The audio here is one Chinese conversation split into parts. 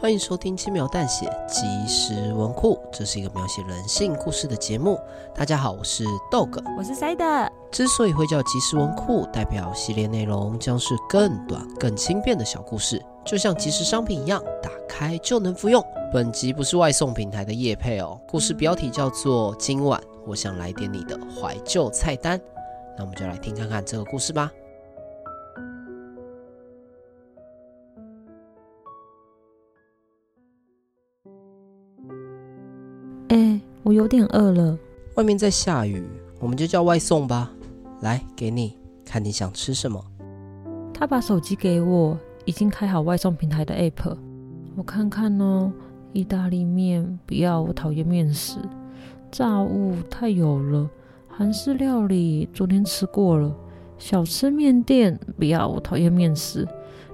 欢迎收听《轻描淡写即时文库》，这是一个描写人性故事的节目。大家好，我是 Dog。我是 Side，之所以会叫即时文库，代表系列内容将是更短、更轻便的小故事，就像即时商品一样，打开就能服用。本集不是外送平台的夜配哦，故事标题叫做《今晚我想来点你的怀旧菜单》，那我们就来听看看这个故事吧。哎、我有点饿了。外面在下雨，我们就叫外送吧。来，给你，看你想吃什么。他把手机给我，已经开好外送平台的 app。我看看哦，意大利面不要，我讨厌面食。炸物太油了，韩式料理昨天吃过了。小吃面店不要，我讨厌面食。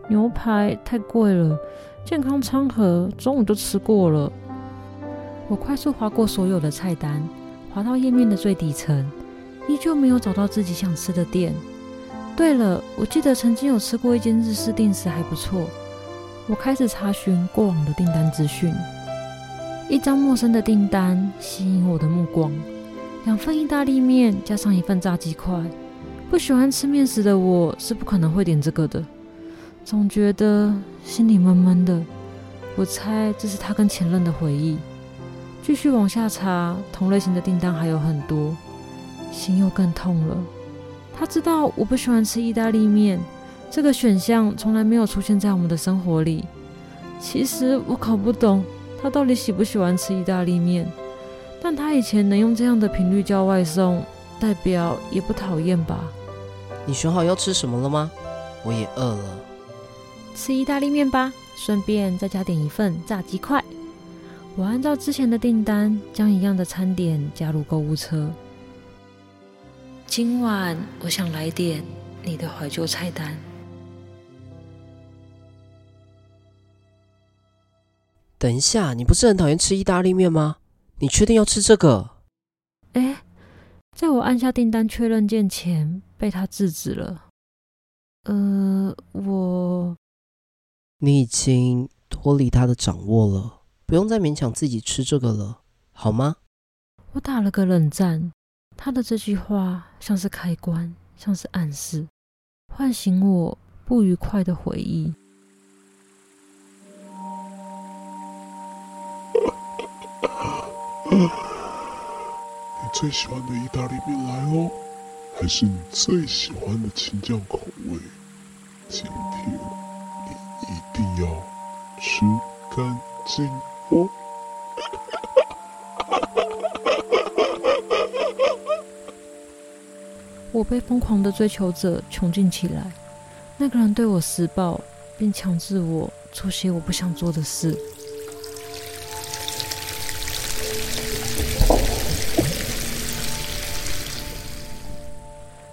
牛排太贵了，健康餐盒中午就吃过了。我快速划过所有的菜单，滑到页面的最底层，依旧没有找到自己想吃的店。对了，我记得曾经有吃过一间日式定食，还不错。我开始查询过往的订单资讯，一张陌生的订单吸引我的目光，两份意大利面加上一份炸鸡块。不喜欢吃面食的我是不可能会点这个的，总觉得心里闷闷的。我猜这是他跟前任的回忆。继续往下查，同类型的订单还有很多，心又更痛了。他知道我不喜欢吃意大利面，这个选项从来没有出现在我们的生活里。其实我搞不懂他到底喜不喜欢吃意大利面，但他以前能用这样的频率叫外送，代表也不讨厌吧？你选好要吃什么了吗？我也饿了。吃意大利面吧，顺便再加点一份炸鸡块。我按照之前的订单，将一样的餐点加入购物车。今晚我想来点你的怀旧菜单。等一下，你不是很讨厌吃意大利面吗？你确定要吃这个？哎，在我按下订单确认键前，被他制止了。呃，我你已经脱离他的掌握了，不用再勉强自己吃这个了，好吗？我打了个冷战。他的这句话像是开关，像是暗示，唤醒我不愉快的回忆。你最喜欢的意大利面来哦，还是你最喜欢的青酱口味？今天你一定要吃干净哦！我被疯狂的追求者囚禁起来，那个人对我施暴，并强制我做些我不想做的事。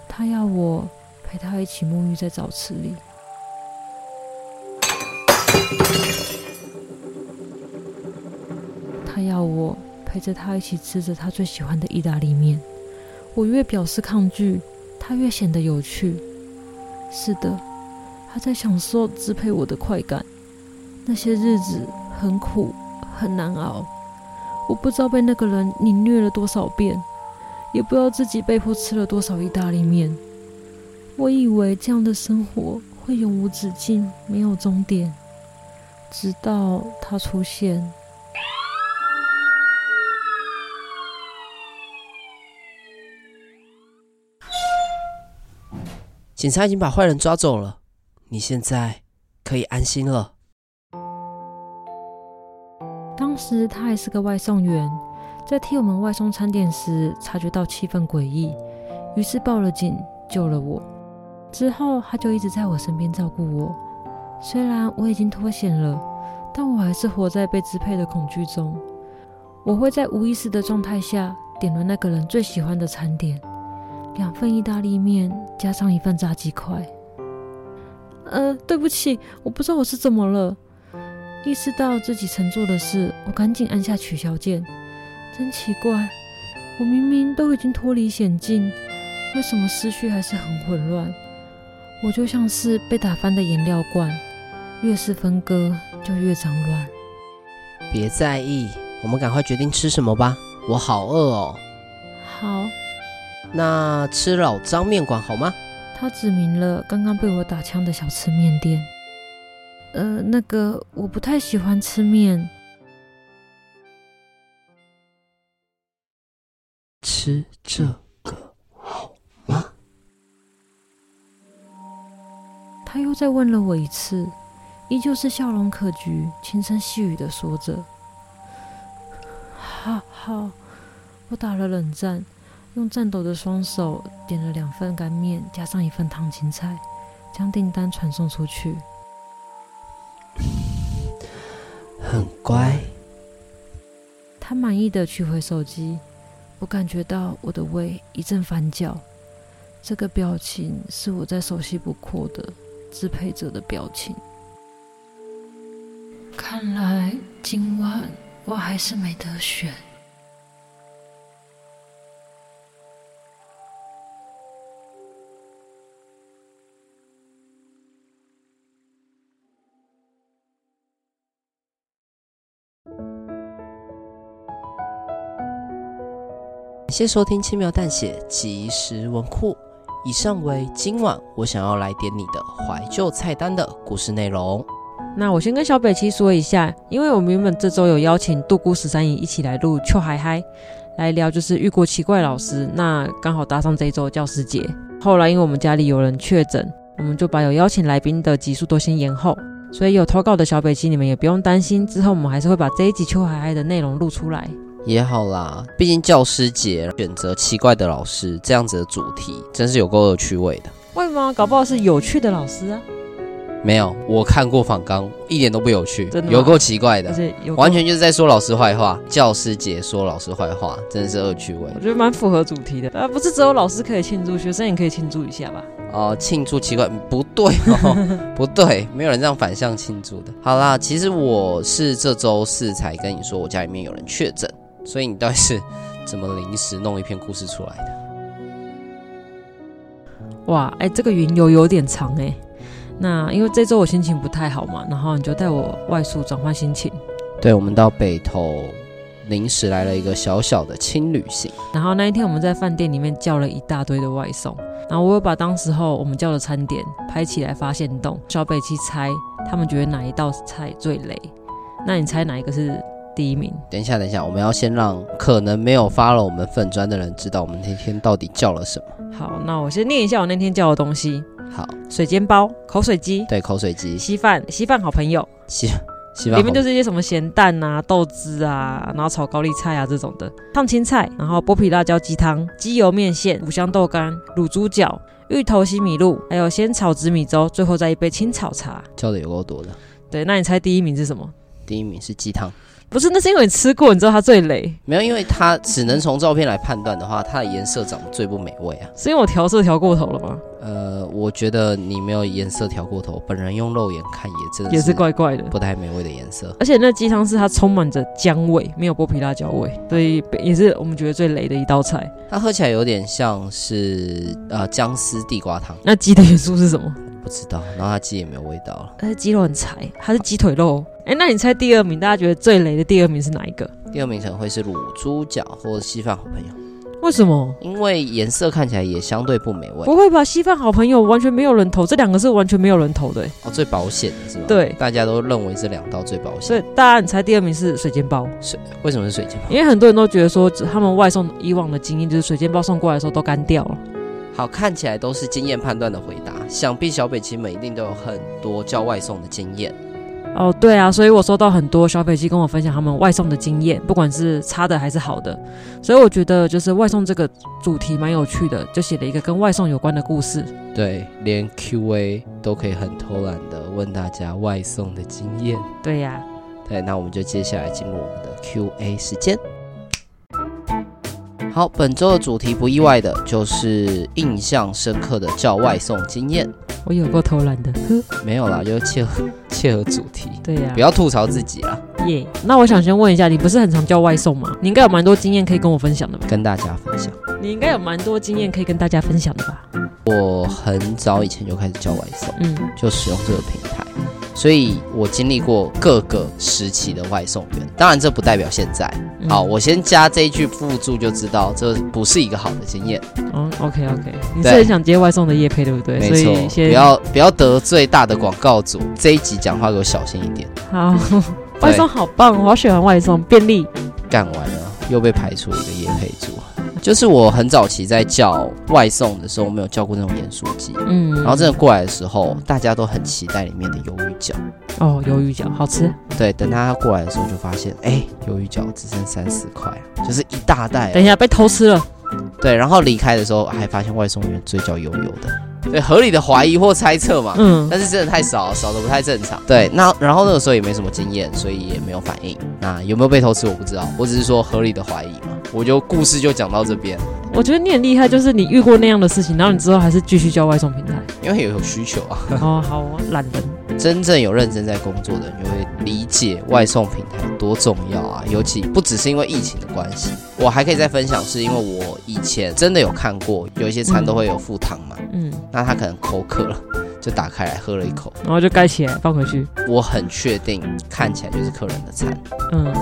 他要我陪他一起沐浴在澡池里。他要我陪着他一起吃着他最喜欢的意大利面。我越表示抗拒，他越显得有趣。是的，他在享受支配我的快感。那些日子很苦，很难熬。我不知道被那个人凌虐了多少遍，也不知道自己被迫吃了多少意大利面。我以为这样的生活会永无止境，没有终点，直到他出现。警察已经把坏人抓走了，你现在可以安心了。当时他还是个外送员，在替我们外送餐点时，察觉到气氛诡异，于是报了警，救了我。之后他就一直在我身边照顾我，虽然我已经脱险了，但我还是活在被支配的恐惧中。我会在无意识的状态下点了那个人最喜欢的餐点，两份意大利面加上一份炸鸡块。呃，对不起，我不知道我是怎么了。意识到自己曾做的事，我赶紧按下取消键。真奇怪，我明明都已经脱离险境，为什么思绪还是很混乱？我就像是被打翻的颜料罐，越是分割就越脏乱。别在意，我们赶快决定吃什么吧，我好饿哦。好，那吃老张面馆好吗？他指明了刚刚被我打枪的小吃面店。呃，那个我不太喜欢吃面，吃这他又再问了我一次，依旧是笑容可掬、轻声细语的说着：“ 好好。”我打了冷战，用颤抖的双手点了两份干面，加上一份烫青菜，将订单传送出去。很乖，他满意的取回手机，我感觉到我的胃一阵翻搅。这个表情是我再熟悉不过的支配者的表情。看来今晚我还是没得选。感谢收听轻描淡写即时文库。以上为今晚我想要来点你的怀旧菜单的故事内容。那我先跟小北七说一下，因为我们原本这周有邀请杜姑十三姨一起来录《秋嗨嗨》，来聊就是遇过奇怪老师，那刚好搭上这一周教师节。后来因为我们家里有人确诊，我们就把有邀请来宾的集数都先延后，所以有投稿的小北七你们也不用担心，之后我们还是会把这一集《秋嗨嗨》的内容录出来。也好啦，毕竟教师节选择奇怪的老师这样子的主题，真是有够有趣味的。为什么？搞不好是有趣的老师啊，没有，我看过访纲，一点都不有趣真的，吗有够奇怪的而，且有完全就是在说老师坏话。教师节说老师坏话，真的是恶趣味我觉得蛮符合主题的啊，不是只有老师可以庆祝，学生也可以庆祝一下吧。哦！庆、祝奇怪，不对哦， 不对，没有人这样反向庆祝的。好啦，其实我是这周四才跟你说我家里面有人确诊，所以你到底是怎么临时弄一篇故事出来的？哇，哎、这个云游有点长哎、那因为这周我心情不太好嘛，然后你就带我外宿转换心情。对，我们到北投临时来了一个小小的轻旅行。然后那一天我们在饭店里面叫了一大堆的外送，然后我有把当时候我们叫的餐点拍起来发现洞，小北去猜他们觉得哪一道菜最雷，那你猜哪一个是第一名？等一下，等一下，我们要先让可能没有发了我们粉砖的人知道我们那天到底叫了什么。好，那我先念一下我那天叫的东 西：好，水煎包、口水鸡、对，口水鸡，稀饭、稀饭好朋友。希希望里面就是一些什么咸蛋啊、豆汁啊，然后炒高丽菜啊这种的，烫青菜，然后剥皮辣椒鸡汤、鸡油面线、五香豆干、卤猪脚、芋头西米露，还有鲜炒紫米粥，最后再一杯青草茶。叫的有够多的。对，那你猜第一名是什么？第一名是鸡汤，不是，那是因为你吃过，你知道它最雷，没有，因为它只能从照片来判断的话，它的颜色长得最不美味啊。是因为我调色调过头了吗？呃，我觉得你没有颜色调过头，本人用肉眼看也真的也是怪怪的。不太美味的颜色。而且那鸡汤是它充满着姜味，没有剥皮辣椒味，所以也是我们觉得最雷的一道菜。它喝起来有点像是呃姜丝地瓜汤，那鸡的元素是什么？不知道，然后它鸡也没有味道了。它是呃鸡肉很柴，它是鸡腿肉。哎，那你猜第二名，大家觉得最雷的第二名是哪一个？第二名可能会是卤猪脚或稀饭好朋友，为什么？因为颜色看起来也相对不美味。不会吧？稀饭好朋友完全没有人投，这两个是完全没有人投的。诶哦，最保险的是吧？对大家都认为这两道最保所险以。大家你猜第二名是水煎包，为什么是水煎包？因为很多人都觉得说他们外送以往的经验就是水煎包送过来的时候都干掉了。好，看起来都是经验判断的回答。想必小北亲们一定都有很多叫外送的经验。哦，对啊，所以我收到很多小北机跟我分享他们外送的经验，不管是差的还是好的，所以我觉得就是外送这个主题蛮有趣的，就写了一个跟外送有关的故事。对，连 Q&A 都可以很偷懒的问大家外送的经验。对呀、对，那我们就接下来进入我们的 Q&A 时间。好，本周的主题不意外的就是印象深刻的叫外送经验。我有过偷懒的， 呵，没有啦，就是切合切合主题，对呀、不要吐槽自己啦，耶那我想先问一下，你不是很常叫外送吗？你应该有蛮多经验可以跟我分享的吧？跟大家分享。你应该有蛮多经验可以跟大家分享的吧？我很早以前就开始叫外送，嗯，就使用这个平台。所以我经历过各个时期的外送员。当然，这不代表现在。嗯好，我先加这一句附注，就知道这不是一个好的经验。嗯，OK OK，你是对很想接外送的叶配对不对？没所错以，先不要不要得罪大的广告主。这一集讲话给我小心一点，好，外送好棒，我好喜欢外送，便利。干完了又被排除一个夜配组。就是我很早期在叫外送的时候，我没有叫过那种盐酥鸡。嗯，然后真的过来的时候，大家都很期待里面的鱿鱼饺。哦，鱿鱼饺好吃。对，等他过来的时候就发现，哎，鱿鱼饺只剩三四块啊，就是一大袋啊。等一下被偷吃了，对，然后离开的时候还发现外送员嘴角油油的，对，合理的怀疑或猜测嘛。嗯，但是真的太少，少的不太正常。对，那然后那个时候也没什么经验，所以也没有反应。那有没有被偷吃我不知道，我只是说合理的怀疑嘛。我就故事就讲到这边，我觉得你很厉害，就是你遇过那样的事情，然后你之后还是继续叫外送 平台。因为也有需求啊。哦，好，我懒人。真正有认真在工作的人，就会理解外送平台多重要啊！尤其不只是因为疫情的关系，我还可以再分享，是因为我以前真的有看过，有一些餐都会有附糖嘛，嗯，那他可能口渴了，就打开来喝了一口，然后就盖起来放回去。我很确定看起来就是客人的餐。嗯，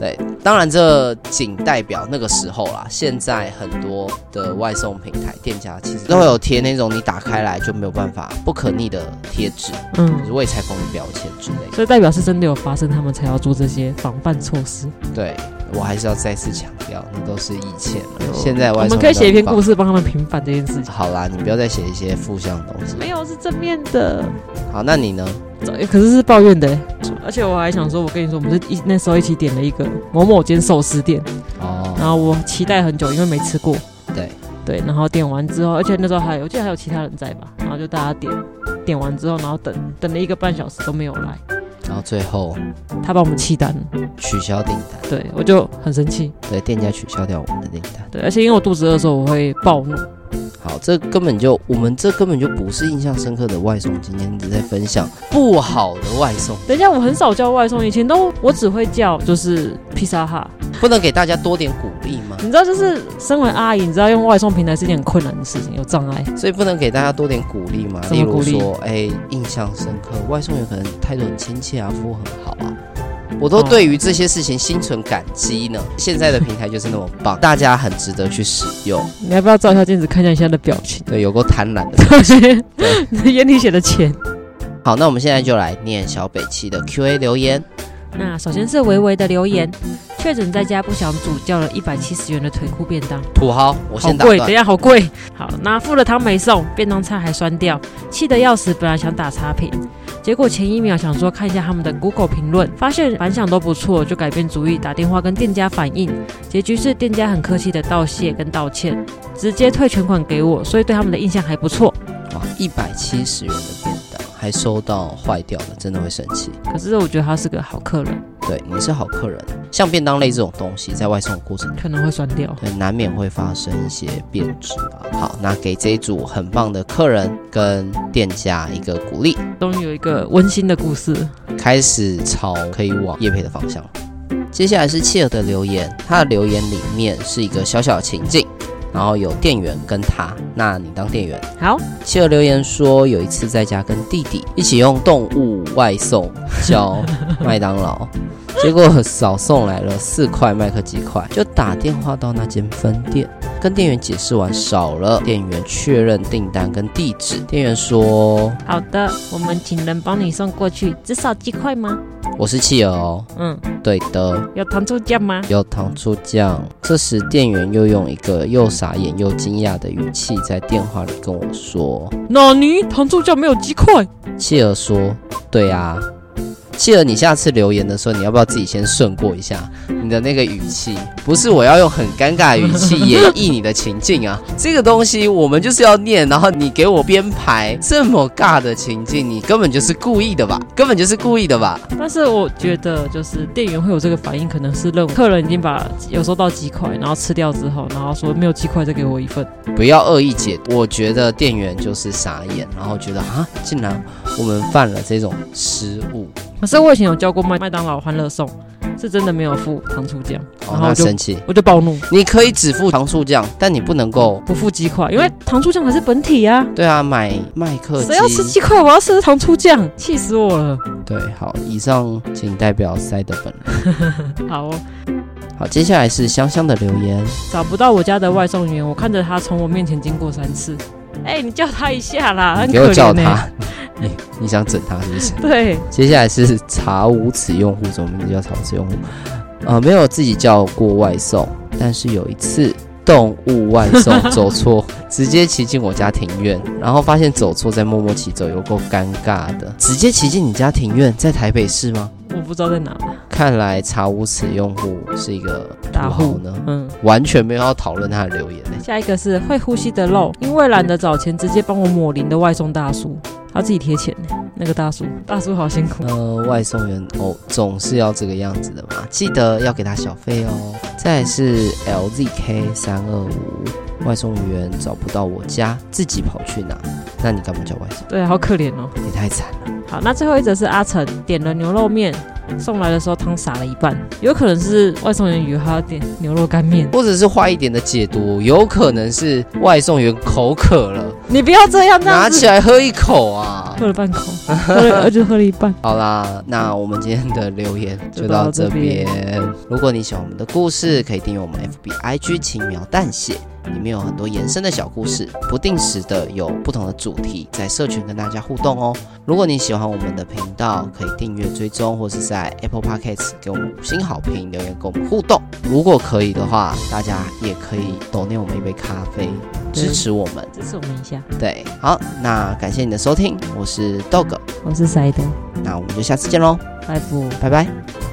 对，当然这仅代表那个时候啦。现在很多的外送平台店家其实都会有贴那种你打开来就没有办法不可逆的贴纸，就嗯是，未拆封的标签之类的。所以代表是真的有发生，他们才要做这些防范措施。对我还是要再次强调，那都是以前了。现在哎我外送们可以写一篇故事。事帮他们平反这件事情。好啦，你不要再写一些负向的东西。没有，是正面的，好，那你呢？可是是抱怨的。而且我还想说，我跟你说，我们是一那时候一起点了一个某某间寿司店，然哦，后我期待很久，因为没吃过。对对，然后点完之后，而且那时候还有，我记得还有其他人在吧，然后就大家点，点完之后，然后等等了一个半小时都没有来，然后最后他把我们弃单了，取消订单，对我就很生气，对店家取消掉我们的订单。对，而且因为我肚子饿的时候我会暴怒，好，这根本就我们这根本就不是印象深刻的外送经验，只在分享不好的外送，等一下我很少叫外送，以前都我只会叫就是披萨哈，不能给大家多点鼓励吗？你知道就是身为阿姨，你知道用外送平台是一件很困难的事情，有障碍，所以不能给大家多点鼓励吗？什例么鼓如励说，哎、印象深刻，外送员可能态度很亲切啊，服务很好嗯啊。我都对于这些事情心存感激呢。现在的平台就是那么棒，大家很值得去使用。你要不要照一下镜子看一下你现在的表情？对，有够贪婪的。 对你 的眼里写的钱。好，那我们现在就来念小北七的 Q&A 留言。那首先是维维的留言，确诊在家不想煮，叫了一百七十元的腿裤便当。土豪，我好先打贵，等断一。下好贵。好，那付了汤没送，便当菜还酸掉，气得要死。本来想打差评，结果前一秒想说看一下他们的 Google 评论，发现反响都不错，就改变主意，打电话跟店家反映。结局是店家很客气的道谢跟道歉，直接退全款给我，所以对他们的印象还不错。哇，一百七十元的便当，还收到坏掉的，真的会生气。可是我觉得他是个好客人，对，你是好客人。像便当类这种东西，在外送的过程可能会酸掉。对，难免会发生一些变质啊。好，那给这一组很棒的客人跟店家一个鼓励，终于有一个温馨的故事。开始朝可以往叶配的方向了。接下来是契尔的留言，他的留言里面是一个小小的情境，然后有店员跟他，那你当店员。好，契尔留言说，有一次在家跟弟弟一起用动物外送叫麦当劳，结果少送来了四块麦克鸡块，就打电话到那间分店，跟店员解释完少了，店员确认订单跟地址，店员说好的，我们请人帮你送过去，至少鸡块吗？我是契尔哦，嗯，对的。有糖醋酱吗？有糖醋酱。这时，店员又用一个又傻眼又惊讶的语气在电话里跟我说：“哪尼糖醋酱没有鸡块？契儿说：“对啊。”契儿，你下次留言的时候，你要不要自己先顺过一下你的那个语气？不是我要用很尴尬的语气演绎你的情境啊！这个东西我们就是要念，然后你给我编排这么尬的情境，你根本就是故意的吧？根本就是故意的吧？但是我觉得，就是店员会有这个反应，可能是认为客人已经把有收到鸡块，然后吃掉之后，然后说没有鸡块再给我一份。不要恶意解读。我觉得店员就是傻眼，然后觉得啊，竟然我们犯了这种失误。可是我以前有教过麦麦当劳欢乐颂，是真的没有付糖醋酱，然哦，后那我就生气。我就暴怒，你可以只付糖醋酱，但你不能够不付鸡块，因为糖醋酱才是本体啊。对啊买麦克谁要吃鸡。鸡块？我要吃糖醋酱，气死我了！对，好，以上仅代表塞的本人。好哦、好，接下来是香香的留言。找不到我家的外送员，我看着他从我面前经过三次。哎、你叫他一下啦，很你给可我怜、欸、叫他，你你想整他是不是？对，接下来是查无此用户，什么名字叫查无此用户？呃，没有自己叫过外送，但是有一次动物外送走错， 直接骑进我家庭院，然后发现走错，再默默骑走，有够尴尬的。直接骑进你家庭院，在台北市吗？我不知道在哪。看来查无此用户是一个大土豪户呢，嗯，完全没有要讨论他的留言呢、下一个是会呼吸的肉，因为懒得找钱，直接帮我抹零的外送大叔，他自己贴钱欸那个大叔，大叔好辛苦。呃，外送员哦，总是要这个样子的嘛，记得要给他小费哦。再来是 LZK 三二五，外送员找不到我家，自己跑去拿，那你干嘛叫外送？对，好可怜哦。你太惨了。好，那最后一则是阿成点了牛肉面，送来的时候汤洒了一半，有可能是外送员以为他要点牛肉干面。或者是坏一点的解读，有可能是外送员口渴了，你不要这样，这拿样子起来喝一口啊。喝了半口，喝了而且喝了一半。好啦，那我们今天的留言就就到到这这边边。如果你喜欢我们的故事，可以订阅我们 FB IG 轻描淡写，里面有很多延伸的小故事，不定时的有不同的主题在社群跟大家互动哦。如果你喜欢我们的频道，可以订阅追踪，或是在 Apple Podcasts 给我们五星好评，留言跟我们互动。如果可以的话，大家也可以 d 念我们一杯咖啡，对支持我们。支持我们一下，对，好，那感谢你的收听，我是 Dog，我是塞德，那我们就下次见喽，拜拜。拜拜。